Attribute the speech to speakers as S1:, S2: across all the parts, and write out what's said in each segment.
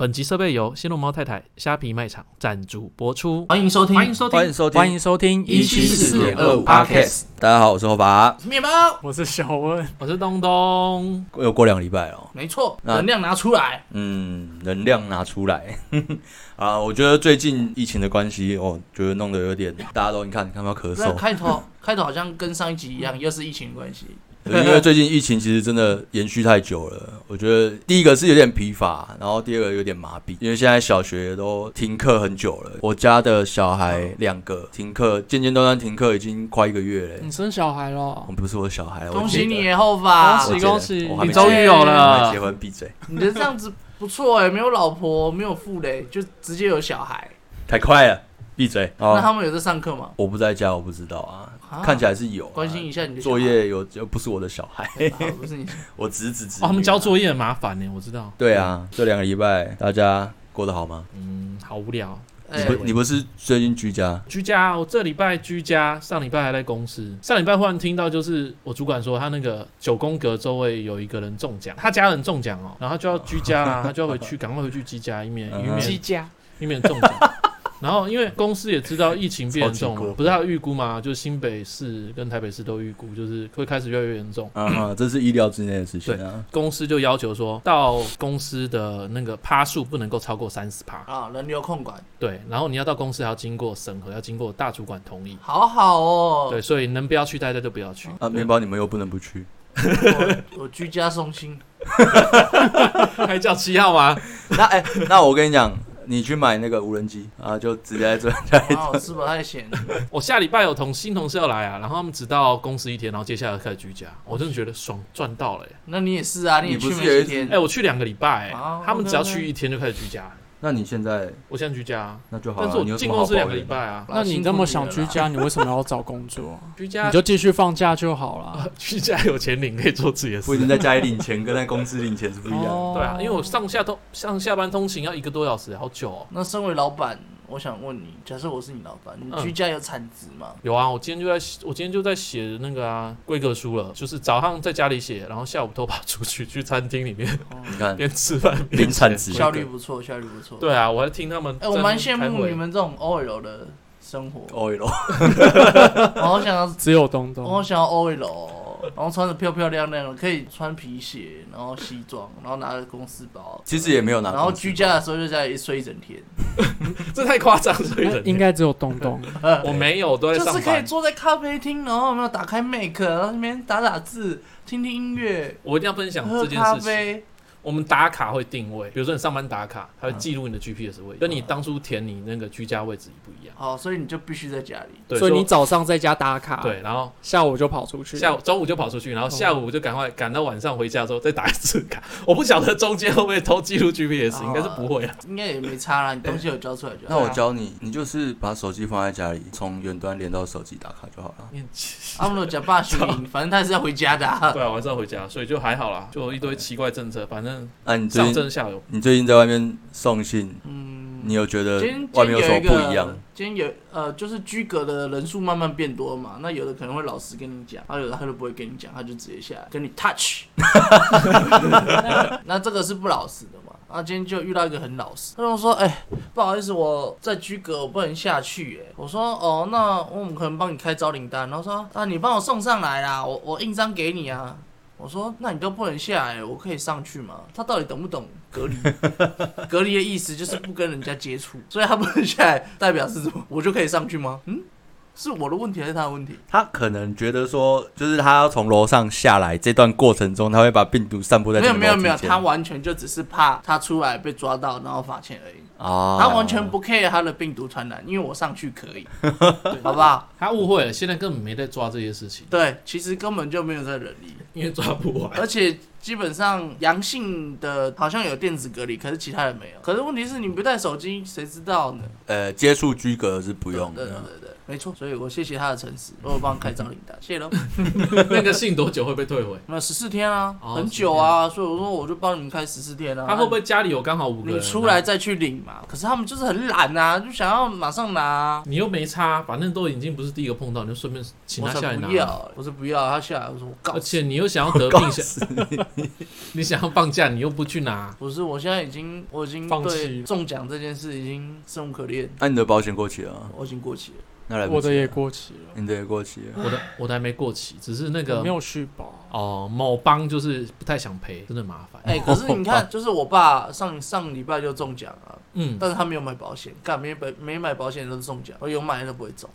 S1: 本集设备由新龙猫太太虾皮卖场赞助播出。
S2: 欢迎收听，
S1: 欢迎收
S3: 欢
S1: 听
S3: 迎收听，
S4: 欢迎收听
S2: 174.25 Podcast
S3: 大家好，我是欧巴，
S2: 面包，
S4: 我是小温。
S1: 我是东东。
S3: 又过两个礼拜哦了，
S2: 没错，
S3: 那
S2: 能量拿出来，
S3: 嗯，能量拿出来 啊！我觉得最近疫情的关系，哦，觉得弄得有点，大家都你看，看到咳
S2: 那
S3: 嗽，
S2: 开头开头好像跟上一集一样，又是疫情关系，
S3: 对因为最近疫情其实真的延续太久了。我觉得第一个是有点疲乏，然后第二个有点麻痹，因为现在小学都停课很久了。我家的小孩两个停课，渐渐端端停课已经快一个月了。
S1: 嗯
S3: 哦
S4: 你生小孩了
S3: 我？不是我小孩，哎我
S2: 恭喜
S3: 姐的
S2: 你
S1: 啊
S2: 耶后发
S3: 我，姐的
S4: 恭喜
S3: 我还没
S1: 你终于
S3: 结
S1: 有了
S3: 我还没结婚，闭嘴，
S2: 你的这样子不错哎，没有老婆，没有父嘞，就直接有小孩，
S3: 太快了，闭嘴。哦
S2: 那他们有在上课吗？
S3: 我不在家，我不知道啊。
S2: 啊
S3: 看起来是有、啊、
S2: 关心一下你的小
S3: 作
S2: 孩，啊
S3: 业有，就不是我的小孩，
S2: 好不是 你，
S3: 我侄子侄女、
S1: 哦，
S3: 啊
S1: 他们交作业很麻烦呢，我知道。
S3: 对啊，这两个礼拜大家过得好吗？
S1: 嗯，好无聊。
S2: 哎
S3: 你不你不是最近居家？
S1: 居家，我这礼拜居家，上礼拜还在公司。上礼拜忽然听到，就是我主管说他那个九宫格周围有一个人中奖，他家人中奖哦，然后他就要居家啦，他就要回去，赶快回去居家，以免以
S3: 嗯
S1: 免
S2: 居家，
S1: 以免中奖。然后，因为公司也知道疫情变严重
S3: 超
S1: 了
S3: 级过，
S1: 不是还有预估嘛？就是新北市跟台北市都预估，就是会开始越来越严重。
S3: 啊，这是意料之内的事情啊。
S1: 公司就要求说到公司的那个趴数不能够超过三十趴，
S2: 啊，人流控管，
S1: 对，然后你要到公司还要经过审核，要经过大主管同意，
S2: 好好哦
S1: 对，，所以能不要去大家就不要去。
S3: 啊，面包你们又不能不去，
S2: 我我居家送心，
S1: 还叫七号吗？
S3: 那哎、那我跟你讲，你去买那个无人机啊，就直接在这
S2: 然后吃不太咸，
S1: 我下礼拜有同新同事要来啊，然后他们只到公司一天，然后接下来开始居家，我真的觉得爽，赚到了耶！
S2: 那你也是啊，你也
S3: 你不
S2: 去
S3: 是
S2: 没
S3: 有
S2: 几
S3: 一
S2: 天
S1: 哎、，我去两个礼拜、
S2: 哦
S1: 哎，他们只要
S2: OK，OK
S1: 去一天就开始居家，
S3: 那你现在
S1: 我现在居家啊，
S3: 那就好
S1: 但
S3: 了。
S1: 是
S3: 你
S1: 我
S3: 有什
S1: 进
S3: 么
S1: 公
S3: 好
S1: 司两个礼拜
S3: 抱怨的？
S1: 啊，
S4: 那你那么想居家，你为什么要找工 作？
S1: 居
S4: 你
S1: 家
S4: 就继续放假就好了。
S1: 呃居家有钱领，可以做自己的
S3: 不一
S1: 事
S3: 定。在家里领钱，跟在公司领钱是不一样的。
S4: 哦
S1: 对啊，因为我上下通上下班通勤要一个多小时，好久哦。
S2: 那身为老板，我想问你，假设我是你老板，你
S1: 嗯
S2: 居家有产值吗？
S1: 有啊，我今天就在写我今天就在写那个啊规格书了，就是早上在家里写，然后下午偷跑出去去餐厅里面
S3: 你看，
S1: 边吃饭边
S3: 零产
S1: 写。
S3: 值
S2: 效率不错，效率不错。，
S1: 对啊，我还听他们在
S2: 哎，
S1: 那
S2: 我
S1: 边开会。
S2: 蛮羡慕你们这种 OL 的生活，
S3: 哦哟，
S2: 我好 想要，
S4: 只有东
S2: 我好
S4: 东，
S2: 想要 OL，哦然后穿的漂漂亮亮的，可以穿皮鞋，然后西装，然后拿着公司包，
S3: 其实也没有拿。
S2: 然后居家的时候就在家里睡一整天，
S1: 这太夸张了，
S4: 那应
S1: 该
S4: 该只有东东。
S1: 我没有，我都在
S2: 就
S1: 上
S2: 是
S1: 班。
S2: 可以坐在咖啡厅，然后有没有打开 Make，然后那边打打字，听听音乐，
S1: 我一定要分享
S2: 喝
S1: 这件
S2: 咖
S1: 事情。
S2: 啡，
S1: 我们打卡会定位，比如说你上班打
S4: 嗯
S1: 卡，它会记录你的 GPS 位置，跟你当初填你那个居家位置不一样。
S2: 好，所以你就必须在家里。
S1: 对，
S4: 所以
S1: 就
S4: 你早上在家打卡，
S1: 对，，然后
S4: 下午就跑出去。
S1: 下午中午就跑出
S2: 哦
S1: 去，然后下午就赶快赶到晚上回家之后再打一次卡。 我不晓得中间会不会偷记录 GPS，
S2: 哦
S1: 应该是不会 啊。
S2: 应该也没差啦，你东西有交出来就
S3: 那
S2: 好。
S3: 我教你，你就是把手机放在家里，从远端连到手机打卡就好了。
S2: 阿姆罗讲爸 训营，反正他也是要回家的、啊。
S1: 对啊，晚上回家，所以就还好啦，就一堆奇怪政策，反正
S3: 那、啊你最
S1: 上
S3: 近
S1: 政下有。
S3: 你最近在外面送信，
S2: 嗯，
S3: 你有觉得
S2: 今天
S3: 外
S2: 今天
S3: 面有什
S2: 有
S3: 么
S2: 一
S3: 不
S2: 个，
S3: 一样？
S2: 今天有呃，就是居格的人数慢慢变多嘛，那有的可能会老实跟你讲，啊，有的他就不会跟你讲，他就直接下来跟你 touch。那这个是不老实的嘛？然后今天就遇到一个很老实，他跟我说：“哎、不好意思，我在居格，我不能下去。”哎，我说：“哦，那我们可能帮你开招领单。”然后说：“啊，你帮我送上来啦，我我印章给你啊。”我说：“那你都不能下来，我可以上去吗？”他到底懂不懂隔离？隔离的意思就是不跟人家接触，所以他不能下来，代表是什 么？我就可以上去吗？嗯，是我的问题还是他的问题？
S3: 他可能觉得说，就是他要从楼上下来这段过程中，他会把病毒散播在
S2: 没有
S3: 整
S2: 没
S3: 个
S2: 有
S3: 楼梯
S2: 没有，
S3: 间
S2: 他完全就只是怕他出来被抓到，然后罚钱而已。
S3: 啊，
S2: 他完全不 care 他的病毒传染，因为我上去可 以，好不好？
S1: 他误会了，现在根本没在抓这些事情，
S2: 对，其实根本就没有在忍力，
S1: 因为抓不完。
S2: 而且基本上阳性的好像有电子隔离，可是其他人没有。可是问题是你不带手机，谁知道呢？
S3: 呃接触居格是不用
S2: 对对
S3: 的。
S2: 对对，没错，所以我谢谢他的诚实，我有帮他开招领单，谢喽。
S1: 那个信多久会被退 回？
S2: 那十四天啊，
S1: 哦
S2: 很久啊，所以我说我就帮你们开十四天啊。
S1: 他会不会家里有刚好五个
S2: 你
S1: 人？啊
S2: 出来，再去领嘛？可是他们就是很懒啊，就想要马上拿啊。
S1: 你又没差，反正都已经不是第一个碰到，你就顺便请
S2: 我
S1: 他下来
S2: 才不
S1: 拿。
S2: 要，我是不要，他下来我说我告
S1: 而
S2: 诉
S1: 且你又想要得 病，想 你想要放假，你又不去拿，
S2: 不是，我现在已经我已经
S4: 放
S2: 对
S4: 弃
S2: 中奖这件事已经生无可恋，
S3: 那、你的保险过期了吗？
S2: 我已经 过期了。
S3: 那来不及
S4: 我的也，过期了，
S3: 你的也过期了。
S1: 我的我的还没过期，只是那
S4: 我
S1: 个
S4: 没有续保。
S1: 哦某帮就是不太想赔，真的麻烦。
S2: 哎、可是你看，就是我爸上上礼拜就中奖啊，
S1: 嗯，
S2: 但是他没有买保险，干没买没买保险都是中奖，我有买的都不会中。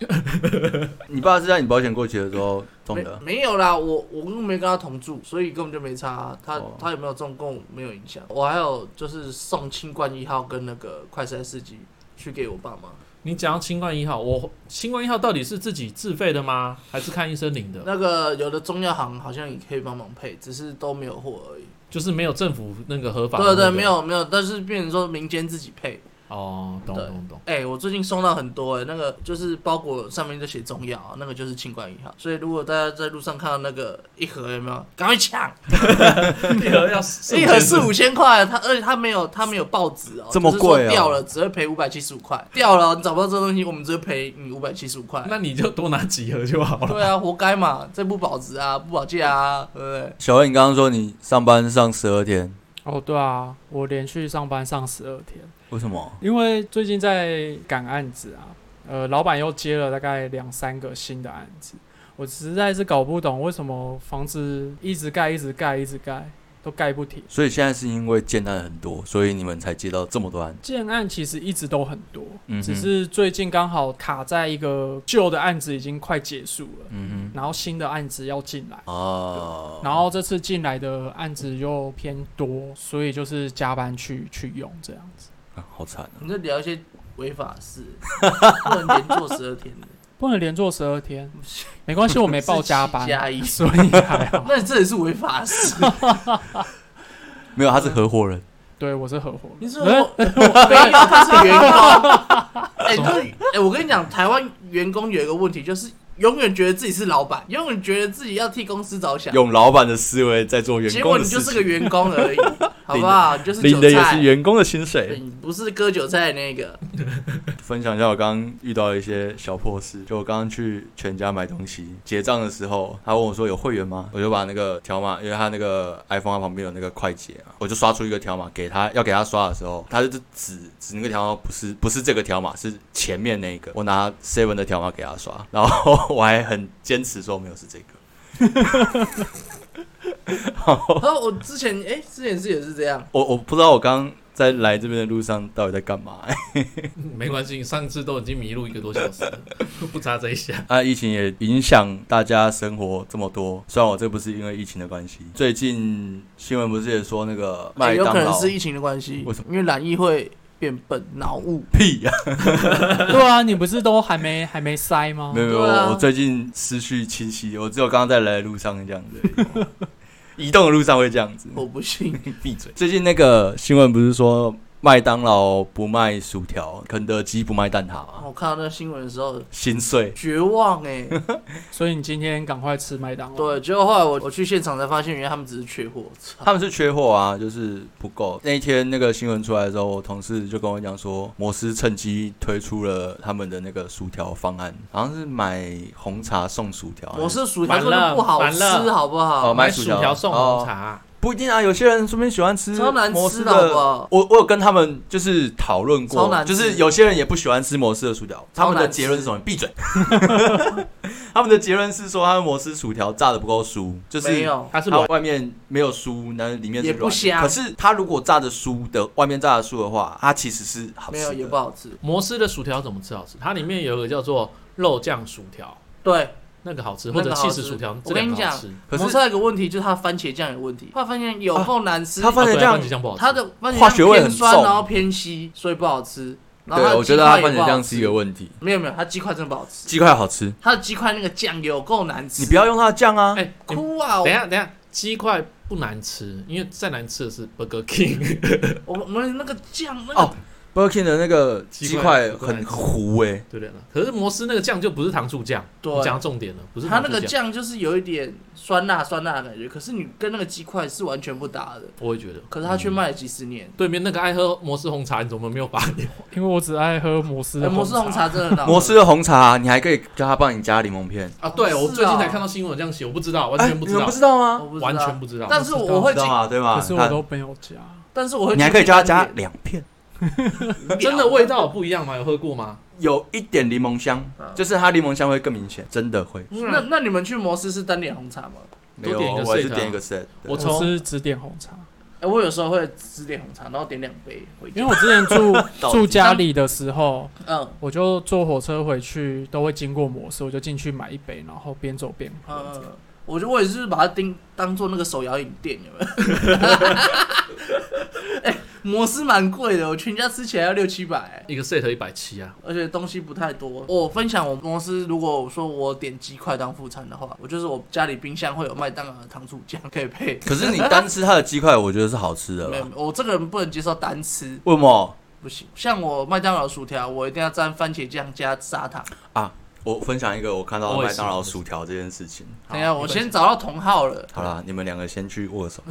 S3: 你爸是在你保险过期的时候中
S2: 没
S3: 的，
S2: 没有啦，我我又没跟他同住，所以根本就没差啊。他、
S3: 哦
S2: 他有没有中跟我没有影响。我还有就是送清冠一号跟那个快筛试剂去给我爸妈。
S1: 你讲到新冠一号，我新冠一号到底是自己自费的吗？还是看医生领的？
S2: 那个有的中药行好像也可以帮忙配，只是都没有货而已。
S1: 就是没有政府那个合法的那
S2: 对
S1: 个、
S2: 对，没有没有，但是变成说民间自己配。
S1: 哦，懂
S2: 对
S1: 懂懂。
S2: 哎、我最近收到很多哎、那个就是包裹上面就写中药啊，那个就是清冠一号。所以如果大家在路上看到那个一盒有没有，赶快抢，
S1: 一盒要四
S2: 一盒四五千块，它而且它没有它没有报纸哦，
S3: 这么贵
S2: 就是说
S3: 哦
S2: 掉了只会赔五百七十五块，掉了你找不到这东西，我们只会赔你五百七十五块。
S1: 那你就多拿几盒就好了。
S2: 对啊，活该嘛，这不保值啊，不保价啊，对不对？
S3: 小魏，你刚刚说你上班上十二天，
S4: 哦，对啊，我连续上班上十二天，
S3: 为什么？
S4: 因为最近在赶案子啊，呃，老板又接了大概两三个新的案子，我实在是搞不懂为什么房子一直盖、一直盖、一直盖，都盖不停。
S3: 所以现在是因为建案很多，所以你们才接到这么多案。
S4: 建案其实一直都很多，
S3: 嗯哼
S4: 只是最近刚好卡在一个旧的案子已经快结束了，
S3: 嗯
S4: 然后新的案子要进来，
S3: 哼，哦，
S4: 然后这次进来的案子又偏多，所以就是加班去去用这样子，
S3: 啊好惨啊！
S2: 你在聊一些违法事，不能连坐十二天的，
S4: 不能连做十 二天，没关系，我没报加班啊
S2: 是七加一，
S4: 所以还好。
S2: 那这也是违法事。
S3: 没有，他是合伙人，
S4: 对，我是合伙人，
S2: 你是
S4: 呃
S2: 合伙没有，他是员工。哎、可是哎、我跟你讲，台湾员工有一个问题，就是永远觉得自己是老板，永远觉得自己要替公司着想，
S3: 用老板的思维在做员
S2: 结
S3: 工
S2: 果
S3: 的
S2: 啊你就是
S3: 事
S2: 个
S3: 情，
S2: 员工而 已，好不好？你就是
S3: 领
S2: 韭
S3: 的也
S2: 菜，
S3: 是员工的薪
S2: 对
S3: 水。
S2: 你不是割韭菜的那个。
S3: 分享一下我刚刚遇到一些小破事，就我刚刚去全家买东西，结账的时候，他问我说有会员吗？我就把那个条码，因为他那个 iPhone 它旁边有那个快捷嘛，我就刷出一个条码给他，要给他刷的时候，他就是指指那个条码，不是不是这个条码，是前面那一个，我拿 Seven 的条码给他刷，然后我还很坚持说没有是这个。哦
S2: 然后我之前哎、之前是也是这样，
S3: 我我不知道我刚刚在来这边的路上到底在干嘛、
S1: 没关系，上次都已经迷路一个多小时了， 不差这一下。
S3: 啊，疫情也影响大家生活这么多。虽然我这不是因为疫情的关系，最近新闻不是也说那个
S2: 哎
S3: 麦
S2: 有
S3: 当
S2: 可能
S3: 劳、
S2: 是疫情的关系
S3: 为什，
S2: 因为懒疫会变笨脑雾。
S3: 屁啊呀、
S4: 对啊，你不是都还没 还没塞吗
S3: 没？有没有，
S2: 对啊
S3: 我最近思绪清晰，我只有刚刚在来的路上这样子，移动的路上会这样子。
S2: 我不 信，
S3: 闭嘴。最近那个新闻不是说麦当劳不卖薯条，肯德基不卖蛋挞吗？
S2: 我看到那新闻的时候
S3: 心碎。
S2: 绝望哎、
S4: 所以你今天赶快吃麦当劳。
S2: 对，结果后来我我去现场才发现，原来他们只是缺货。操
S3: 他们是缺货啊，就是不够。那一天那个新闻出来的时候，我同事就跟我讲说，摩斯趁机推出了他们的那个薯条方案，好像是买红茶送薯条。
S2: 我是薯条根本不好吃，
S1: 反了
S2: 好不好？
S3: 哎哦买薯
S1: 薯
S3: 条
S1: 条送红茶，
S3: 不一定啊，有些人说不定喜欢吃
S2: 超难
S3: 摩斯
S2: 吃的好不
S3: 的。
S2: 好？
S3: 我我有跟他们就是讨论
S2: 超
S3: 过，
S2: 难
S3: 就
S2: 吃
S3: 是有些人也不喜欢吃摩斯的薯条，他们的结论是什么？闭嘴！ 他们的结论是说，他们摩斯薯条炸的不够酥，就是
S2: 没有，
S1: 它是
S3: 它
S1: 软
S3: 外面没有酥，那里面是
S2: 也
S3: 软
S2: 不
S3: 的
S2: 香
S3: 可是它如果炸的酥的，外面炸的酥的话，它其实是好
S2: 没
S3: 吃
S2: 有
S3: 的。
S2: 也不好吃。
S1: 摩斯的薯条怎么吃好吃？它里面有一个叫做肉酱薯条，
S2: 对，
S1: 那个好吃，
S2: 那
S1: 或
S2: 个
S1: 者
S2: 好吃
S1: 气死薯条，
S2: 我
S1: 这
S2: 跟
S1: 两
S2: 你
S1: 个好
S2: 讲
S1: 吃。
S2: 摩
S3: 可是啊
S2: 斯还有一个问题就是它番茄酱有问题，它番茄酱有够难吃，
S3: 它番茄酱
S1: 哦对番茄酱不好吃，
S2: 它的番
S3: 化
S2: 茄
S3: 学
S2: 酱
S3: 味很
S2: 偏
S3: 重
S2: 酸，然后偏稀，所以不好吃。然后它
S3: 对，
S2: 的
S3: 我觉得
S2: 鸡块也
S3: 它番茄
S2: 不好
S3: 酱
S2: 吃
S3: 是一个问题。
S2: 没有没有，它鸡块真的不好吃，
S3: 鸡块好吃，
S2: 它的鸡块那个酱有够难吃。
S3: 你不要用它的酱啊。
S1: 哎，你
S2: 哭啊！
S1: 等一
S2: 我
S1: 下等一下，鸡块不难吃，因为再难吃的是 Burger King。
S2: 我们那个酱那
S3: 哦
S2: 个
S3: Birkin 的那个鸡
S1: 鸡
S3: 块
S1: 块
S3: 很糊欸诶、
S1: 对的呢。可是摩斯那个酱就不是糖醋酱，
S2: 对
S1: 你讲到重点了，不是
S2: 它
S1: 糖
S2: 那
S1: 醋
S2: 个
S1: 酱，
S2: 酱就是有一点酸辣酸辣的感觉，可是你跟那个鸡块是完全不搭的。
S1: 我也觉得。
S2: 可是
S3: 嗯
S2: 他却卖了几十年，
S1: 对面那个爱喝摩斯红茶，你怎么没有发现？
S4: 因为我只爱喝摩斯
S2: 哎
S4: 的
S2: 摩斯红茶真的很好喝
S3: 摩斯的红茶，你还可以叫他帮你加柠檬片。
S1: 啊，对
S2: 哦
S1: 我
S2: 是
S1: 最近
S2: 啊
S1: 才看到新闻这样写，我不知道，完
S3: 哎，
S1: 全不知
S3: 你们
S1: 道
S3: 不，知道
S2: 我
S3: 吗？
S2: 不知道
S1: 完全不知道。
S2: 但是我会
S3: 知道
S2: 进，
S3: 嘛，对吧？
S4: 可是我
S3: 看
S4: 都没有加，
S2: 但是我会
S3: 你还可以叫他加两片，
S1: 真的味道有不一样吗？有喝过吗？
S3: 有一点柠檬香，
S2: 嗯
S3: 就是它柠檬香会更明显，真的会。
S2: 那那你们去摩斯是单点红茶吗？
S3: 没
S1: 多
S3: 有，
S1: 点一个
S3: 我还是
S1: set 啊
S3: 点一个 set 的。
S1: 我从
S4: 我是只点红茶，
S2: 哎，我有时候会只点红茶，然后点两杯回
S4: 因
S2: 家
S4: 为。我之前住
S3: 到底
S4: 住家里的时候，
S2: 嗯
S4: 我就坐火车回去都会经过摩斯，我就进去买一杯，然后边走边喝。
S2: 嗯，嗯我就我也是把它当当做那个手摇饮店，有没有？ 哎，摩斯蛮贵的，我全家吃起来要六七百、哎
S1: 一个 set 一百七啊，
S2: 而且东西不太多。我分享我公司，如果我说我点鸡块当副餐的话，我就是我家里冰箱会有麦当劳的糖醋酱可以配。
S3: 可是你单吃它的鸡块，我觉得是好吃的
S2: 没有，
S3: 啦
S2: 没。有我这个人不能接受单吃，
S3: 为什么？
S2: 不行。像我麦当劳薯条，我一定要沾番茄酱加砂糖。
S3: 我分享一个我看到
S1: 我也
S3: 麦
S1: 是
S3: 当劳薯条这件事情。
S2: 等一下，我先找到同号了。
S3: 好啦，你们两个先去握手。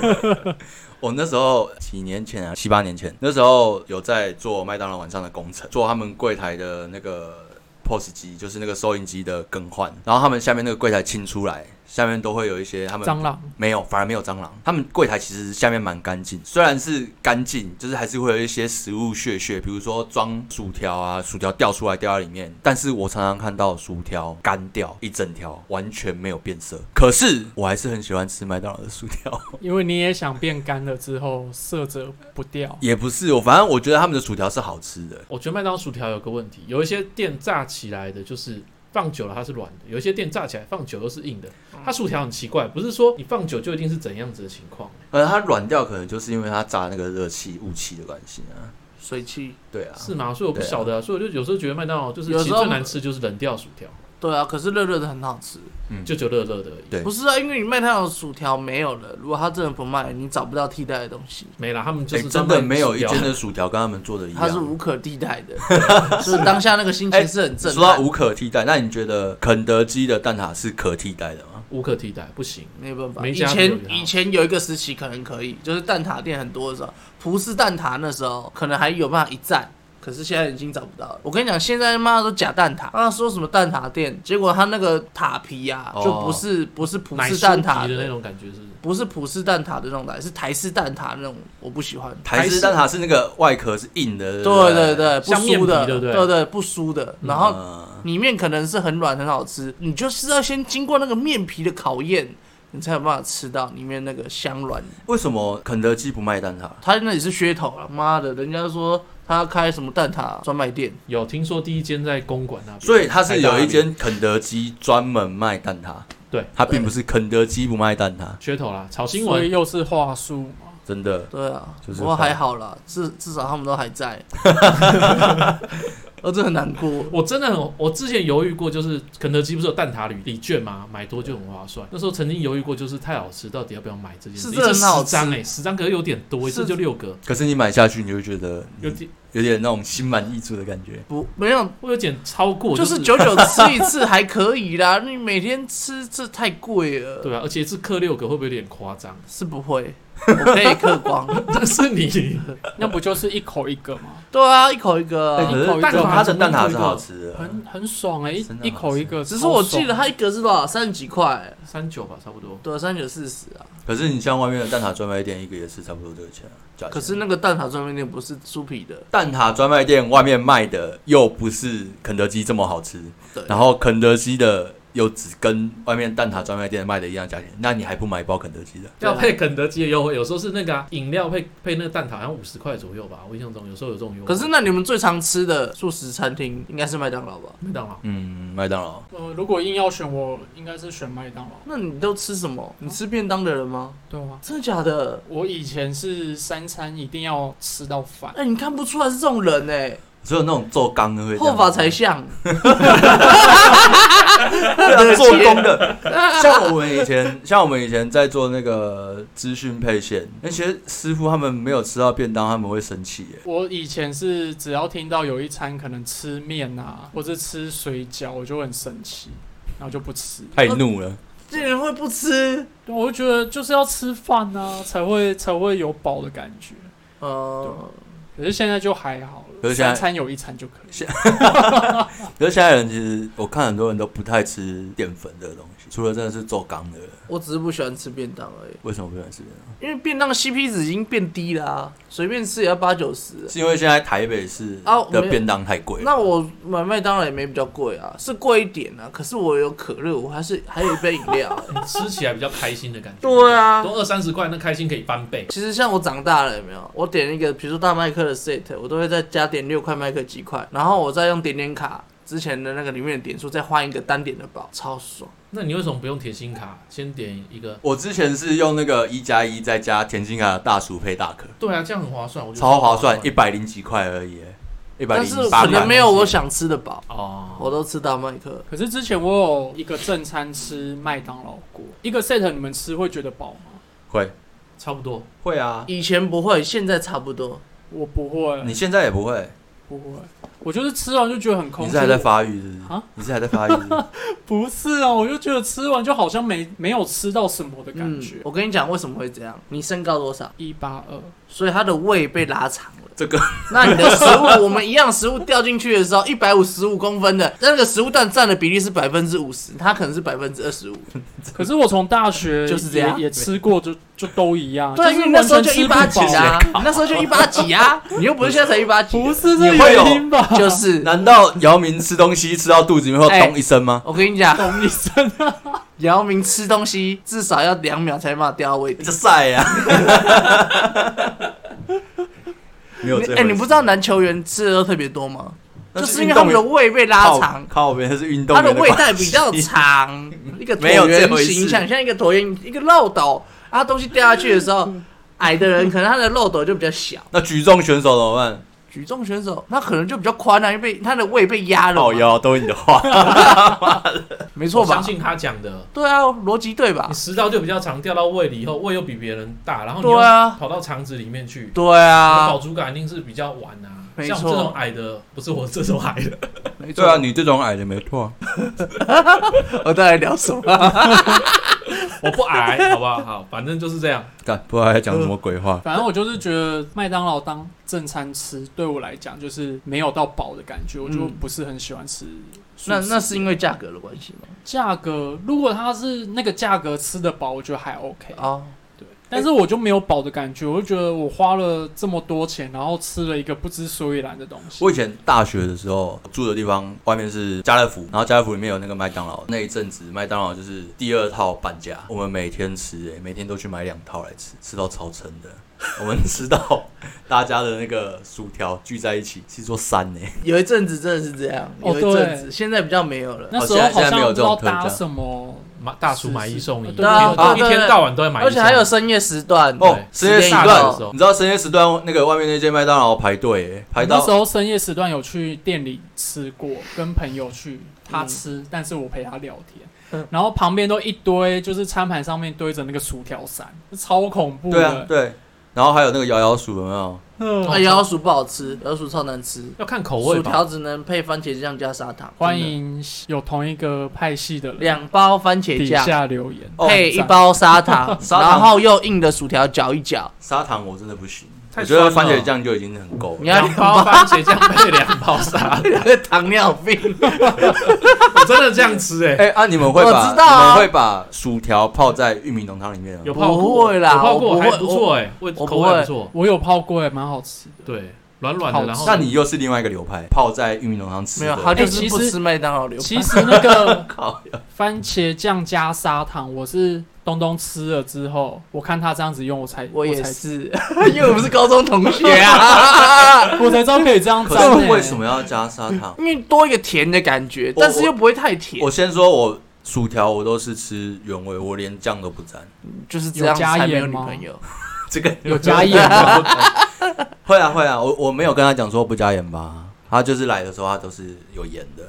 S3: 我那时候几年前啊，七八年前，那时候有在做麦当劳晚上的工程，做他们柜台的那个 POS 机，就是那个收银机的更换，然后他们下面那个柜台清出来，下面都会有一些他们
S4: 蟑螂，
S3: 没有，反而没有蟑螂。他们柜台其实下面蛮干净，虽然是干净，就是还是会有一些食物屑屑，比如说装薯条啊，薯条掉出来掉在里面。但是我常常看到薯条干掉一整条，完全没有变色。可是我还是很喜欢吃麦当劳的薯条，
S4: 因为你也想变干了之后色泽不掉。
S3: 也不是我，反正我觉得他们的薯条是好吃的。
S1: 我觉得麦当劳薯条有个问题，有一些店炸起来的就是。放久了它是软的，有一些店炸起来放久又是硬的。它薯条很奇怪，不是说你放久就一定是怎样子的情况。
S3: 呃，它软掉可能就是因为它炸那个热气雾气的关系啊。
S2: 水气，
S3: 对啊，
S1: 是吗？所以我不晓得、啊，所以我就有时候觉得麦当劳就是
S2: 有
S1: 其
S2: 时
S1: 实
S2: 候
S1: 最难吃就是冷掉薯条，
S2: 对啊，可是热热的很好吃。
S1: 就就热热的而已。
S3: 对
S2: 不是啊，因为你麦当劳薯条没有了，如果它真的不卖，你找不到替代的东西，
S1: 没啦，他们就
S3: 哎、
S1: 是专
S3: 真
S1: 卖
S3: 的没有
S1: 薯
S3: 一
S1: 条
S3: 间的薯条跟他们做的一样。
S2: 它是无可替代的。 所以当下那个心情是很震
S3: 说到
S2: 撼，
S3: 无可替代，那你觉得肯德基的蛋挞是可替代的吗？
S1: 无可替代，不行。
S2: 没有办法。
S1: 没
S2: 以
S1: 加
S2: 前
S1: 不了
S2: 以前有一个时期可能可以，就是蛋挞店很多的时候，葡式蛋挞那时候可能还有办法一战，可是现在已经找不到了。我跟你讲，现在他妈都假蛋
S3: 哦
S2: 挞，啊说什么蛋挞店，结果他那个塔皮呀、
S3: 哦
S2: 就不是不是葡
S1: 奶
S2: 式
S1: 酥
S2: 蛋挞
S1: 皮的那种感觉是不是
S2: 不是葡式蛋挞的那种奶，是台式蛋挞那种，我不喜欢。
S3: 台式蛋挞是那个外壳是硬的，
S2: 对
S3: 不
S2: 对，对，不
S1: 像面
S2: 酥
S1: 皮
S2: 的，
S1: 对不对
S2: 对不酥的。然后
S3: 嗯
S2: 里面可能是很软很好吃，你就是要先经过那个面皮的考验，你才有办法吃到里面那个香软。
S3: 为什么肯德基不卖蛋挞？
S2: 他那里是噱头啊，妈的，人家说他要开什么蛋挞专卖店，
S1: 有听说第一间在公馆那边，
S3: 所以它是有一
S1: 台
S3: 间肯德基专门卖蛋挞，
S1: 对
S3: 它并不是肯德基不卖蛋挞
S1: 大，里噱头啦，炒新
S4: 所以
S1: 闻。
S4: 又是话术嘛，
S3: 真的。
S2: 对啊，
S3: 就是
S2: 不过
S3: 饭
S2: 还好啦，至至少他们都还在。 我真的很难过，
S1: 我真的很，我之前犹豫过，就是肯德基不是有蛋挞礼礼券吗？买多就很划算。那时候曾经犹豫过，就是太好吃，到底要不要买这件事？
S2: 是
S1: 一
S2: 真的
S1: 次
S2: 很好
S1: 十张
S2: 吃
S1: 哎、十张可是有点多，一次
S2: 是
S1: 就六个，
S3: 可是嗯你买下去，你就会觉得嗯
S1: 有点
S3: 有点那种心满意足的感觉。
S2: 不没有
S1: 我有点超过，
S2: 就是是久久吃一次还可以啦，你每天吃这太贵了，
S1: 对啊，而且一次刻六个会不会有点夸张？
S2: 是不会，我可以嗑光。
S1: 但是你
S4: 那不就是一口一个吗？
S2: 对啊，一口一个
S3: 哎
S2: 啊、
S3: 可是
S4: 一口一个
S3: 蛋挞它的
S1: 怎么
S3: 蛋
S1: 会
S3: 挞
S1: 一
S3: 是
S1: 个
S3: 好吃的，
S4: 很很爽哎、一
S3: 真的好吃
S4: 一口一个。
S2: 只是我
S4: 超爽
S2: 记得
S3: 啊
S2: 它一格是多少，三十几块、
S1: 三九吧，差不多。
S2: 对，三九四十啊。
S3: 可是你像外面的蛋挞专卖店，一个也是差不多这个钱啊。价钱
S2: 可是那个蛋挞专卖店不是酥皮的，
S3: 蛋挞专卖店外面卖的又不是肯德基这么好吃，
S2: 对
S3: 然后肯德基的又只跟外面蛋挞专卖店卖的一样价钱，那你还不买一包肯德基的？
S2: 啊
S1: 要配肯德基的优惠，有时候是那个啊饮、料配配那个蛋挞，好像五十块左右吧。我印象中有时候有这种优惠。
S2: 可是那你们最常吃的素食餐厅应该是麦当劳吧？
S1: 麦当劳
S3: 嗯，麦当劳
S4: 呃，如果硬要选我，应该是选麦当劳。
S2: 那你都吃什么？你吃便当的人吗？
S4: 对啊，
S2: 真的假的？
S4: 我以前是三餐一定要吃到饭，
S2: 哎、你看不出来是这种人哎、
S3: 只有那种做钢的会这
S2: 后
S3: 样
S2: 发才像，
S3: 对啊做工的。像我们以前， 像我们以前在做那个资讯配线，那些师傅他们没有吃到便当，他们会生气耶。
S4: 我以前是只要听到有一餐可能吃面啊，或者吃水饺，我就会很生气，然后就不吃。
S3: 太怒了，
S2: 竟然会不吃，
S4: 对，我就觉得就是要吃饭啊，才会才会有饱的感觉。
S2: 呃，
S4: 可是现在就还好
S3: 可
S4: 了，
S3: 是现在
S4: 三餐有一餐就可以。
S3: 可是现在人其实我看很多人都不太吃淀粉这个东西，除了真的是做钢的人，
S2: 我只是不喜欢吃便当而已，
S3: 为什么不喜欢吃便当？
S2: 因为便当 CP 值已经变低了、啊，随便吃也要八九十。
S3: 是因为现在台北市
S2: 啊我没
S3: 的
S2: 有
S3: 便当太贵了。
S2: 那我买麦当劳也没比较贵啊，是贵一点啊，可是我有可乐，我还是还有一杯饮料、欸
S1: 吃起来比较开心的感觉。
S2: 对啊
S1: 都二三十块，那开心可以翻倍。
S2: 其实像我长大了有没有？我点一个，比如说大麦克的 set，我都会再加点六块麦克鸡块，然后我再用点点卡之前的那个里面的点数，再换一个单点的宝，超爽。
S1: 那你为什么不用铁心卡，先点一个？
S3: 我之前是用那个一加一再加甜心卡的大薯配大可，
S1: 对啊，这样很划算，我觉得
S3: 超划算，一百零几块而已耶，一百
S2: 但
S3: 零
S2: 是
S3: 八
S2: 可
S3: 块
S2: 能。没有我想吃的饱，
S1: 哦，
S2: 我都吃大麦克。
S4: 可是之前我有一个正餐吃麦当劳过，一个 set 你们吃会觉得饱吗？
S3: 会
S1: 差不多。
S3: 会啊，
S2: 以前不会，现在差不多。
S4: 我不会，
S3: 你现在也不会，
S4: 不会，我就是吃完就觉得很空
S3: 你
S4: 虚。
S3: 是还在发育是不是
S4: 啊？
S3: 你是还在发育是 不是？
S4: 不是啊，我就觉得吃完就好像没没有吃到什么的感
S2: 嗯
S4: 觉，。
S2: 我跟你讲为什么会这样，你身高多少？
S4: 一八二，
S2: 所以他的胃被拉长了。
S3: 这个
S2: 那你的食物，我们一样食物掉进去的时候，一百五十五公分的那个食物蛋占的比例是百分之五十，它可能是百分之二十五。
S4: 可是我从大学
S2: 就是这样
S4: 也也吃过就，就都一样。
S2: 对啊，因为
S4: 就是
S2: 你那时候就
S4: 完全
S2: 一
S4: 吃不
S2: 八几
S4: 饱
S2: 啊，你那时候就一八几啊，你又不是现在才一八几，啊
S4: 不是这
S3: 你会有
S4: 原因吧？
S2: 就是。
S3: 难道姚明吃东西吃到肚子里面会
S2: 哎
S3: 咚一声吗？
S2: 我跟你讲，
S4: 懂医生啊，
S2: 姚明吃东西至少要两秒才把它掉到胃里。
S3: 这晒呀！ 没有
S2: 你
S3: 这回事，
S2: 哎、你不知道男球员吃的都特别多吗？
S3: 那
S2: 就是
S3: 运
S2: 因为他们的
S3: 动员
S2: 胃被拉长，
S3: 靠靠边是运动
S2: 它
S3: 员
S2: 的
S3: 的
S2: 胃袋
S3: 关
S2: 比
S3: 系
S2: 较 长，一个椭
S3: 没有这
S2: 圆
S3: 回
S2: 形，
S3: 事
S2: 想象一个椭圆一个漏斗，啊，东西掉下去的时 候，矮的人可能他的漏斗就比较小，
S3: 那举重选手怎么办？
S2: 举重选手那可能就比较宽啊，因为被他的胃被 压了
S3: 靠
S2: 嘛，
S3: 腰都你的话，
S2: 没错
S1: 我
S2: 吧
S1: 相？信他讲的，
S2: 对啊，逻辑对吧
S1: 你？食道就比较长，掉到胃里以后，胃又比别人大，然后你又
S2: 对啊，
S1: 跑到肠子里面去，
S2: 对啊
S1: 饱，足感一定是比较晚啊。
S2: 没
S1: 像我
S2: 错
S1: 这种矮的，不是我这种矮的，
S2: 没错
S3: 对啊，，你这种矮的没错啊。
S2: 我到底聊什么？
S1: 我不矮，好不好？好，反正就是这样。
S3: 干，不知道在讲什么鬼话。
S4: 反正我就是觉得麦当劳当正餐吃，对我来讲就是没有到饱的感觉，我就
S2: 嗯
S4: 不是很喜欢吃素 食。
S2: 那那是因为价格的关系吗？
S4: 价格，如果它是那个价格吃得饱，我觉得还 OK。
S2: 哦，
S4: 对，但是我就没有饱的感觉，我就觉得我花了这么多钱，然后吃了一个不知所以然的东西。
S3: 我以前大学的时候住的地方外面是家乐福，然后家乐福里面有那个麦当劳。那一阵子麦当劳就是第二套半价，我们每天吃、欸，每天都去买两套来吃，吃到超撑的。 我们吃到大家的那个薯条聚在一起，是做三呢、欸
S2: 有一阵子真的是这样，
S4: 哦
S2: 有一阵
S4: 对
S2: 子，现在比较没有了。
S4: 那时候
S3: 哦现在
S4: 好
S3: 现在
S4: 像
S3: 没有
S4: 不知道
S3: 这种特
S4: 搭
S3: 价
S4: 什么，
S1: 买大厨买一送一，
S4: 是
S1: 一
S4: 是
S1: 天
S2: 对啊
S1: 一天到晚都在买一送
S2: 而
S1: 一，
S2: 且还有深夜时段
S1: 对
S3: 哦，深夜时段
S1: 时间一到，
S3: 你知道深夜时段那个外面那间麦当劳排队、欸，排
S4: 那
S3: 到
S4: 时候深夜时段有去店里吃过，跟朋友去，他吃，但是我陪他聊天。
S2: 嗯
S4: 然后旁边都一堆，就是餐盘上面堆着那个薯条伞，超恐怖的。
S3: 对啊对，然后还有那个摇摇薯有没有？
S4: 嗯
S2: 啊，摇鼠不好吃，摇鼠超难吃，
S1: 要看口味
S2: 薯
S1: 吧。
S2: 条只能配番茄酱加砂糖。
S4: 欢迎有同一个派系的
S2: 真的
S4: 人
S2: 两包番茄
S4: 底
S2: 酱
S4: 下留言。
S3: 哦
S2: 配
S4: 很
S2: 一
S4: 赞
S2: 包砂糖，
S3: 砂糖
S2: 然后又硬的薯条搅一搅。
S3: 砂糖我真的不行，
S1: 太
S3: 我觉得
S1: 酸
S3: 番
S1: 了
S3: 茄酱就已经很够
S2: 你
S3: 了。
S2: 要
S1: 两包番茄酱配两包沙 拉，
S2: 糖尿病，
S1: 我真的这样吃哎、
S3: 哎、啊，你们会把
S2: 我知道啊
S3: 你们会把薯条泡在玉米浓汤里面吗
S1: 有泡
S2: 不
S1: 过，
S2: 会
S1: 有
S2: 啦
S1: 泡过
S2: 我不
S1: 还
S2: 会
S1: 不错哎、味
S2: 我
S1: 口
S2: 不
S1: 味
S2: 会
S1: 不错，
S4: 我有泡过，也蛮好吃的。
S1: 对，软软
S4: 好
S1: 的，
S4: 吃
S1: 然后
S3: 那你又是另外一个流派，泡在玉米浓汤吃
S2: 没
S3: 的。
S2: 有，他就
S4: 哎
S2: 是
S4: 其实
S2: 不吃麦当劳流派。
S4: 其实那个
S3: 靠呀，
S4: 番茄酱加砂糖，我是东东吃了之后，我看他这样子用，我才
S2: 我也
S4: 才
S2: 是， 因为我们是高中同学 啊，
S4: 我才知道可以这样
S3: 可
S4: 沾、
S3: 是
S4: 欸。
S3: 为什么要加砂糖？
S2: 因为多一个甜的感觉，
S3: 我
S2: 但是又不会太甜
S3: 我，先说，我薯条我都是吃原味，我连酱都不沾。
S2: 就是这样
S4: 有加
S2: 才没有
S4: 盐
S2: 女
S4: 吗
S2: 朋友。
S3: 这个
S4: 有加盐吗？
S3: 会啊会啊，我我没有跟他讲说不加盐吧。他就是来的时候他都是有盐的，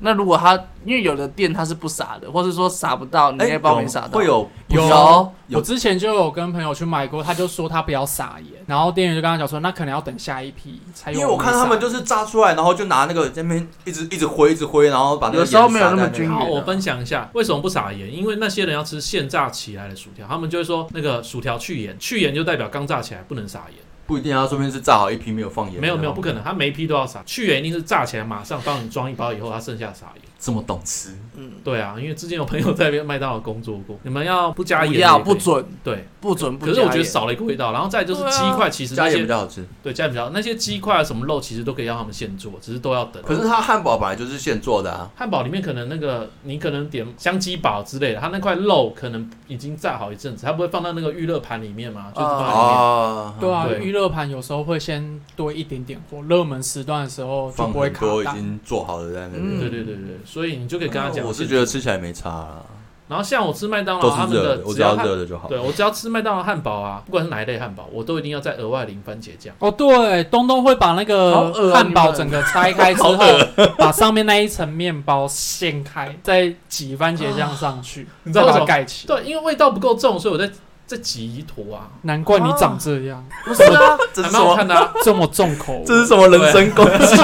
S2: 那如果他因为有的店他是不撒的，或是说撒不到，你
S3: 哎，
S2: 那包
S3: 有
S2: 没撒到，
S3: 会有
S4: 有啊
S2: 有哦
S3: 有
S4: 我之前就有跟朋友去买过，他就说他不要撒盐，然后店员就跟他讲说，那可能要等下一批才有
S3: 因为
S4: 人撒盐。
S3: 我看他们就是炸出来，然后就拿那个在那边一直一直挥，一直挥，然后把那个
S2: 有时候
S3: 盐
S2: 没有
S3: 撒
S2: 那么
S3: 在
S2: 均匀
S3: 边
S1: 好，
S2: 啊
S1: 我分享一下为什么不撒盐，因为那些人要吃现炸起来的薯条，他们就会说那个薯条去盐，去盐就代表刚炸起来不能撒盐，
S3: 不一定啊，说不定是炸好一批没有放盐。
S1: 没有没有不可能，他每一批都要撒，去盐一定是炸起来马上帮你装一包以后，他剩下撒盐。
S3: 这么懂吃，
S2: 嗯，
S1: 对啊，因为之前有朋友在麦当劳工作 过，你们要不加
S2: 不
S1: 盐也
S2: 要
S1: 可以
S2: 不准
S1: 对，
S2: 不准不
S1: 可
S2: 加
S1: 是我觉得
S2: 盐
S1: 少了一个味道，然后再就是
S2: 对啊
S1: 鸡块，其实
S3: 加
S1: 那
S3: 盐
S1: 些
S3: 比较好吃。
S1: 对加盐比较那些鸡块啊什么肉其实都可以让他们现做，只是都要等。
S3: 可是它汉堡本来就是现做的啊，
S1: 汉堡里面可能那个你可能点香鸡堡之类的，它那块肉可能已经炸好一阵子，它不会放到那个预热盘里面嘛，就是放在里面。
S3: 啊，
S4: 对啊，
S1: 对
S4: 预热盘有时候会先多一点点货，热门时段的时候就
S3: 放
S4: 不会
S3: 很
S4: 卡
S3: 多已
S4: 蛋。
S3: 经做好的在那
S2: 嗯
S3: 边。
S1: 对对对对，所以你就可以跟他讲。
S2: 哦
S3: 我是觉得，吃起来没差啦，
S1: 然后像我吃麦当劳
S3: 都
S1: 他
S3: 是
S1: 们
S3: 热
S1: 的
S3: 的，，我只
S1: 要
S3: 要
S1: 汉
S3: 热的就好。
S1: 对我只要吃麦当劳汉堡啊，不管是哪一类汉堡，我都一定要再额外淋番茄酱。
S4: 哦，对，东东会把那
S2: 好
S4: 个
S2: 恶啊
S4: 汉
S2: 你
S4: 堡
S2: 们
S4: 整个拆开之后， 把上面那一层面包掀开，再挤番茄酱上去，
S1: 你知
S4: 再
S1: 道为
S4: 把
S1: 什
S4: 它
S1: 么？
S4: 盖起。
S1: 对，因为味道不够重，所以我在在挤一坨啊，
S4: 难怪你长这样，
S2: 不是啊，
S3: 这
S1: 还蛮
S3: 是什
S1: 好
S3: 么？
S1: 看的、啊。
S4: 这么重口味。
S3: 这是什么人身攻击？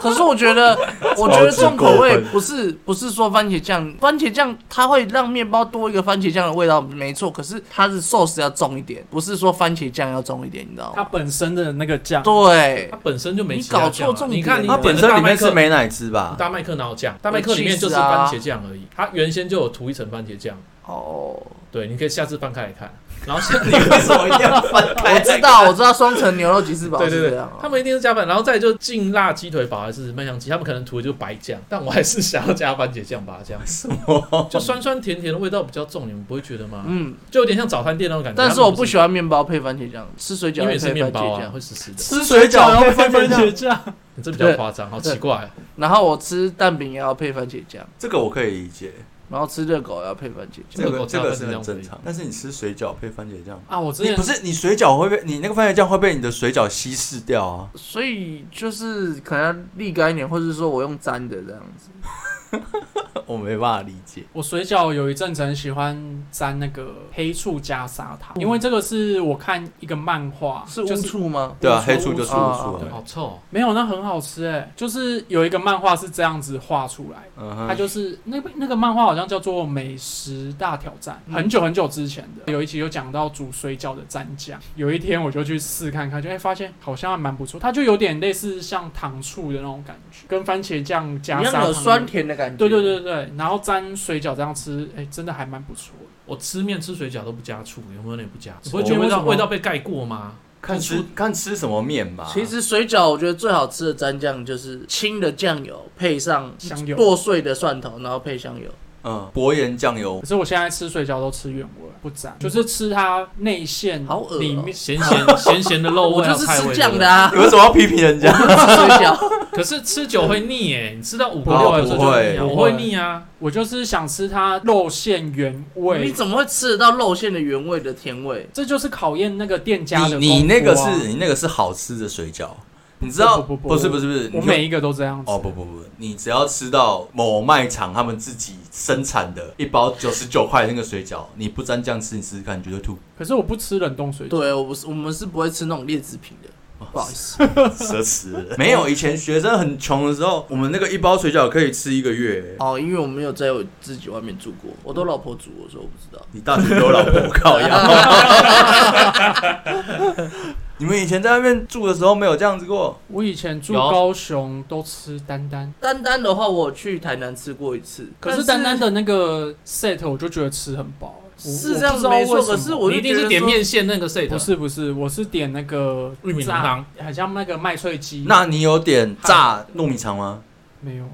S2: 可是我 觉得，我觉得
S3: 超级
S2: 重口味
S3: 过分
S2: 不是不是说番茄酱，番茄酱它会让面包多一个番茄酱的味道，没错。可是它是 sauce 要重一点，不是说番茄酱要重一点，你知道
S4: 它
S2: 吗？
S4: 本身的那个酱，
S2: 对
S1: 它，本身就没
S2: 你
S1: 其他
S2: 搞
S1: 酱
S2: 错
S1: 啊
S2: 重
S1: 你
S2: 点
S1: 看
S2: 了
S1: 你
S3: 它
S1: 点
S3: 本
S1: 的
S3: 身
S1: 大
S3: 里
S1: 麦
S3: 面
S1: 克
S3: 是美乃滋吧？
S1: 大麦克哪有酱？大麦克
S2: 有
S1: 里面就是
S2: cheese 啊
S1: 番茄酱而已，它原先就有涂一层番茄酱。
S2: 哦，
S1: 对，你可以下次翻开来看。然后像
S3: 你为什么一定要翻开？
S2: 我知道，我知道双层牛肉吉士 堡
S1: 对
S2: 是
S1: 对
S2: 这
S1: 对
S2: 样啊，
S1: 他们一定是加饭，然后再就劲辣鸡腿堡还是麦香鸡，他们可能涂的就是白酱，但我还是想要加番茄酱把它加，
S3: 什么？
S1: 就酸酸甜甜的味道比较重，你们不会觉得吗？
S2: 嗯，
S1: 就有点像早餐店那种感觉。
S2: 但是
S1: 他们
S2: 我不喜欢面包配番茄酱，吃水
S1: 是，
S2: 饺
S1: 因
S2: 也
S1: 为是
S2: 配
S1: 面
S2: 番
S1: 包
S2: 茄
S1: 啊，
S2: 酱，
S1: 会死死的，
S3: 吃水饺
S4: 要
S3: 要配
S4: 配啊番
S3: 番
S4: 茄
S3: 茄酱，
S4: 酱，
S1: 你这比较夸张，好奇怪哦。
S2: 然后我吃蛋饼也要配番茄酱，
S3: 这个我可以理解，
S2: 然后吃热狗也要配番茄酱
S1: 这，
S3: 这
S1: 个
S3: 个
S1: 我知
S3: 这
S1: 道
S3: 个是
S1: 番茄
S3: 很
S1: 酱
S3: 正
S1: 可以
S3: 常。但是你吃水饺配番茄酱，
S4: 啊！我之
S3: 你
S4: 前
S3: 不是你水饺会被你那个番茄酱会被你的水饺稀释掉啊？
S2: 所以就是可能要沥干一点，或者说我用粘的这样子。
S3: 我没办法理解。
S4: 我水饺有一阵子很喜欢沾那个黑醋加砂糖，因为这个是我看一个漫画，
S2: 是
S4: 就
S2: 乌醋吗？
S3: 对啊，
S4: 醋
S3: 黑醋就是
S4: 醋
S3: 醋
S2: 啊
S3: 啊
S4: 对
S1: 好臭哦，
S4: 没有，那很好吃哎、就是有一个漫画是这样子画出来，
S3: 嗯
S4: 它
S3: 哼，
S4: 就是那那个漫画好像叫做《美食大挑战》，
S2: 嗯
S4: 很久很久之前的，有一集有讲到煮水饺的蘸酱。有一天我就去试看看，就会哎发现好像还蛮不错，它就有点类似像糖醋的那种感觉，跟番茄酱加
S2: 一
S4: 砂
S2: 样有
S4: 糖。
S2: 酸甜的感觉。
S4: 对对对对，然后沾水饺这样吃，哎、真的还蛮不错的。
S1: 我吃面吃水饺都不加醋，有没有人不加？
S4: 我
S1: 不会觉得味
S4: 为什
S1: 道
S4: 么
S1: 味道被盖过吗？
S3: 看吃看吃什么面吧。
S2: 其实水饺我觉得最好吃的蘸酱就是清的酱油配上
S4: 香油
S2: 剁碎的蒜头，然后配香油。
S3: 嗯，薄盐酱油
S4: 可是我现在吃水饺都吃原味，不沾，就是吃它内馅
S2: 好恶哦
S4: 里面。
S1: 咸咸咸咸的肉
S2: 我
S1: 味还
S2: 就
S1: 有
S2: 是
S1: 菜
S2: 吃
S1: 味。
S2: 酱
S1: 对不对
S2: 的啊
S3: 你，为什么要批评人家？
S2: 吃水 饺。
S1: 可是吃久会腻耶，你吃到五个
S3: 哦
S1: 六的时候就会腻啊，
S4: 不会
S1: 我会腻啊。
S4: 我就是想吃它肉馅原
S2: 你
S4: 味，
S2: 怎么会吃得到肉馅的原味的甜味？
S4: 这就是考验那个店家
S3: 你
S4: 的、啊
S3: 你那个是，你那个是好吃的水饺，你知道
S4: 不不不
S3: 啊是不是不是，你
S4: 我
S3: 就
S4: 每一个都这样子。
S3: 哦不不不，你只要吃到某卖场他们自己生产的一包九十九块那个水饺，你不沾酱吃，你试试看，你绝对吐。
S4: 可是我不吃冷冻水饺，
S2: 对，我不是，我们是不会吃那种劣质品的，不好意思。
S3: 奢侈了。没有，以前学生很穷的时候，我们那个一包水饺可以吃一个月。
S2: 哦，因为我没有在我自己外面住过，我都老婆煮，我说我不知道。
S3: 你大学有老婆靠呀？ 你们以前在外面住的时候没有这样子过？
S4: 我以前住
S1: 有
S4: 高雄都吃丹丹，
S2: 丹丹的话，我去台南吃过一次，
S4: 可
S2: 但
S4: 是丹丹的那个 set 我就觉得吃很饱，我
S2: 是这样子没错，可是。
S4: 我
S2: 我
S1: 你
S2: 就
S1: 一定
S2: 觉
S1: 是
S2: 得
S1: 点
S2: 说
S1: 面线那个 set，啊
S4: 不是不是，我是点那个
S1: 玉米浓
S4: 炸
S1: 汤，
S4: 很像那个麦脆鸡。
S3: 那你有点炸糯米肠吗？
S4: 没有，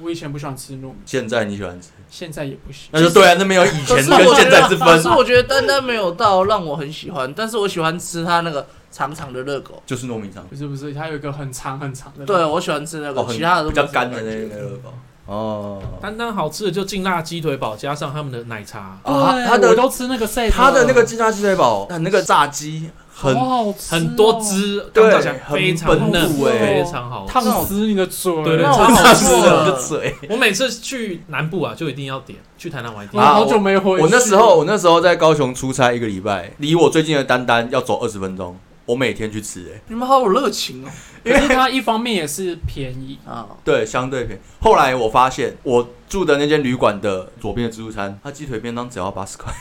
S4: 我以前不喜欢吃糯米，
S3: 现在你喜欢吃？
S4: 现在也不喜
S3: 那就对啊，那没有以
S2: 可
S3: 前
S2: 是我
S3: 跟
S2: 觉
S3: 现在
S2: 得，
S3: 之
S2: 可是
S3: 分，
S2: 我觉得丹丹没有到让我很喜欢，但是我喜欢吃它那个长长的热狗，
S3: 就是糯米肠，
S4: 不是不是，它有一个很长很长的。
S2: 对，我喜欢吃那个，
S3: 哦，很
S2: 其他的都
S3: 比
S2: 没有
S3: 较干的
S2: 什么
S3: 那
S2: 感
S3: 个
S2: 觉
S3: 热狗。哦，
S1: 单单好吃的就劲辣鸡腿堡，加上他们的奶茶，
S4: 对，
S3: 啊它它的
S4: 我都吃那个 set，
S3: 它的那个金沙鸡腿堡，那那个炸鸡很
S4: 好好吃哦
S1: 很多，汁，
S3: 对
S1: 刚烤起来非常
S4: 很本
S1: 嫩，
S4: 土欸
S1: 非常好吃。
S4: 烫死你的嘴！
S1: 对对对
S2: 那我
S1: 超好吃
S2: 吃
S1: 的
S2: 了
S3: 我就嘴。
S1: 我每次去南部啊，就一定要点，去台南玩一定
S4: 我
S1: 要
S3: 啊
S4: 好久没回去。
S3: 我那时候，我那时候在高雄出差一个礼拜，离我最近的丹丹要走二十分钟，我每天去吃、欸，
S2: 你们好有热情哦。
S4: 可是它一方面也是便宜，
S2: 啊，
S3: 对，相对便宜。后来我发现，我住的那间旅馆的左边的自助餐，它鸡腿便当只要八十块，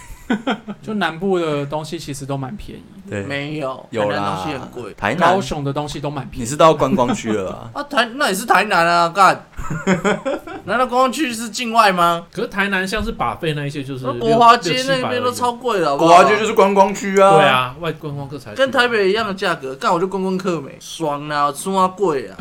S4: 就南部的东西其实都蛮便宜，
S3: 对，
S2: 啊没有，
S3: 有
S2: 台南
S3: 啦
S2: 东西很贵，？
S3: 台南
S4: 高，雄的东西都蛮便宜。
S3: 你是到观光区了啊
S2: 啊，台那也是台南啊， 干。难道观光区是境外吗？
S1: 可是台南像是把费那一些，就是
S2: 那
S1: 六
S2: 呃国华街那边
S1: 六七
S2: 都。
S1: 百而
S2: 超贵 了，好不
S3: 国
S2: 好
S3: 华街就是观光区
S1: 已
S3: 啊。
S1: 对，啊，外观光客才去
S2: 跟台北一样的价格，干我就观光客没爽啊，出啊贵啊。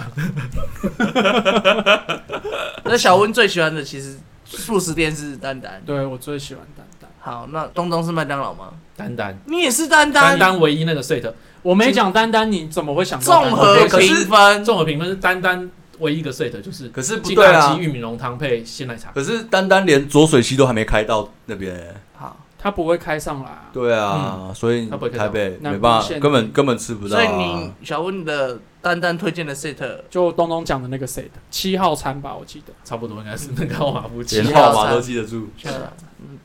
S2: 那小温最喜欢的其实素食店是丹丹。
S4: 对我最喜欢丹丹，
S2: 好，那东东是麦当劳吗？
S1: 丹丹，
S2: 你也是丹
S1: 丹
S2: 丹，
S1: 丹唯一那个 set
S4: 我没讲丹丹，你怎么会想到丹
S2: 综
S4: 丹
S2: 合
S1: 可
S2: 评
S1: 是
S3: 嗯
S2: 分，
S1: 综合评分是丹丹唯一一个 set 就是
S3: 可是不
S1: 金
S3: 对
S1: 达
S3: 啊
S1: 鸡，玉米浓汤配鲜奶茶。
S3: 可是丹丹连浊水溪都还没开到那边、欸
S2: 好，
S4: 他不会开上来啊。
S3: 对啊，所以
S1: 嗯它不会开到
S3: 台北
S4: 南
S3: 没
S4: 部
S3: 办法，
S4: 限
S3: 根本
S4: 定
S3: 根本吃不到、
S2: 所
S3: 啊。
S2: 以你小温的丹丹推荐的 set
S4: 就东东讲的那个谁的七号餐吧，我记得。
S1: 差不多应该是那个奥马夫奇
S3: 连。号码都记得住。
S2: 嗯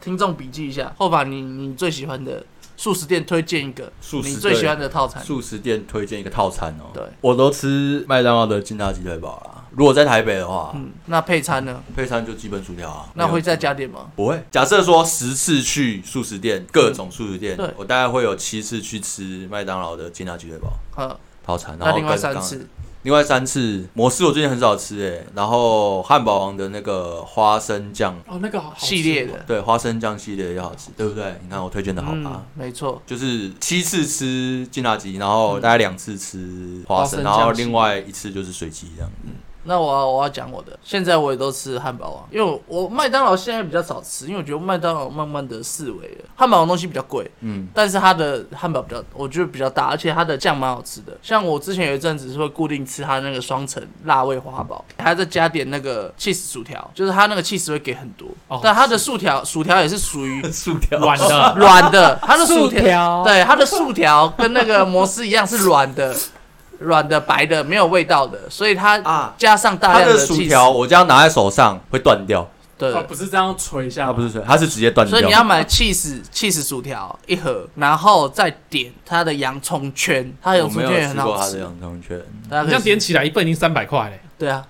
S2: 听众笔记一下，后把你你最喜欢的素食店推荐一个
S3: 素
S2: 你
S3: 食
S2: 最喜欢
S3: 店，
S2: 的套餐。
S3: 素食店推荐一个套餐哦。
S2: 对，
S3: 我都吃麦当劳的劲辣鸡腿堡啦。如果在台北的话，
S2: 嗯，那配餐呢？
S3: 配餐就基本薯条啊。
S2: 那
S3: 没有
S2: 会再加点吗？
S3: 不会？假设说十次去素食店，各种素食店，
S2: 对
S3: 我大概会有七次去吃麦当劳的劲辣鸡腿堡
S2: 好，
S3: 套餐，然
S2: 那
S3: 后
S2: 另外
S3: 跟
S2: 三
S3: 刚
S2: 次
S3: 另外三次摩斯我最近很少吃诶、然后汉堡王的那个花生酱，
S4: 哦，那个好好吃
S2: 系列的，
S3: 对花生酱系列也好吃，对不对？你看我推荐的好吧？
S2: 嗯，没错。
S3: 就是七次吃劲辣鸡，然后大概两次吃花生，
S4: 花生
S3: 然后
S4: 酱鸡
S3: 另外一次就是水鸡这样。
S2: 那我要我要讲我的，现在我也都吃汉堡王，因为我我麦当劳现在比较少吃，因为我觉得麦当劳慢慢的式微了，汉堡王东西比较贵，
S3: 嗯，
S2: 但是它的汉堡比较，我觉得比较大，而且它的酱蛮好吃的。像我之前有一阵子是会固定吃它那个双层辣味花堡，还再加点那个 cheese 薯条，就是它那个 cheese 会给很多，
S1: 哦
S2: 但它的薯条薯条也是属于
S3: 薯条
S1: 软的，
S2: 软的，它的薯
S4: 薯
S2: 条
S4: 条，
S2: 对，它的薯条跟那个摩斯一样是软的，软的白的没有味道的，所以它
S3: 啊
S2: 加上大
S3: 它
S2: 量
S3: 的薯
S2: cheese，
S3: 条我这样拿在手上会断掉，
S2: 对。
S4: 哦，不是这样捶一下，
S3: 啊它不是水，它是直接断掉。
S2: 所以你要买 cheese cheese 薯条一盒，然后再点它的洋葱圈，它的
S3: 我
S2: 洋葱
S3: 没有
S2: 圈也
S3: 吃
S2: 很
S3: 过
S2: 好
S3: 它的
S2: 吃。
S3: 洋葱圈，
S2: 大家
S1: 你这
S2: 可以
S1: 样
S2: 试
S1: 点起来一份已经三百块嘞。
S2: 对啊，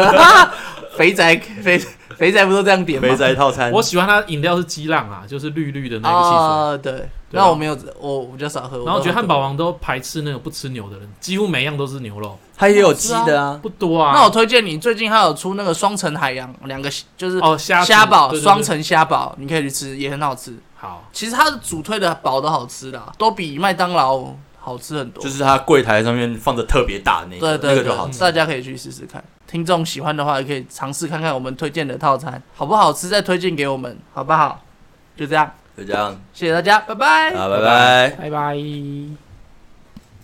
S2: 肥宅 肥肥宅不都这样点吗？
S3: 肥宅套餐。
S1: 我喜欢它饮料是激浪啊，就是绿绿的那个汽水。
S2: 啊、对，
S1: 对啊
S2: 那我没有，我我比较少喝。
S1: 然后
S2: 我都
S1: 觉得
S2: 喝
S1: 汉堡王都排斥那种不吃牛的人，几乎每样都是牛肉，
S3: 它也有鸡的啊，
S1: 不多啊。
S2: 那我推荐你，最近还有出那个双层海洋，两个就是
S1: 哦虾子
S2: 虾堡
S1: 对对对
S2: 双层虾堡，你可以去吃，也很好吃。
S1: 好，
S2: 其实它的主推的堡都好吃啦，都比麦当劳好吃很多。
S3: 就是它柜台上面放的特别大的那
S2: 对
S3: 个，
S2: 对对，
S3: 那
S2: 嗯
S3: 个就好吃。
S2: 大家可以去试试看。听众喜欢的话，也可以尝试看看我们推荐的套餐好不好吃，再推荐给我们，好不好？就这样，
S3: 就这样，
S2: 哎谢谢大家，拜拜。
S3: 啊，拜拜。
S4: 拜拜。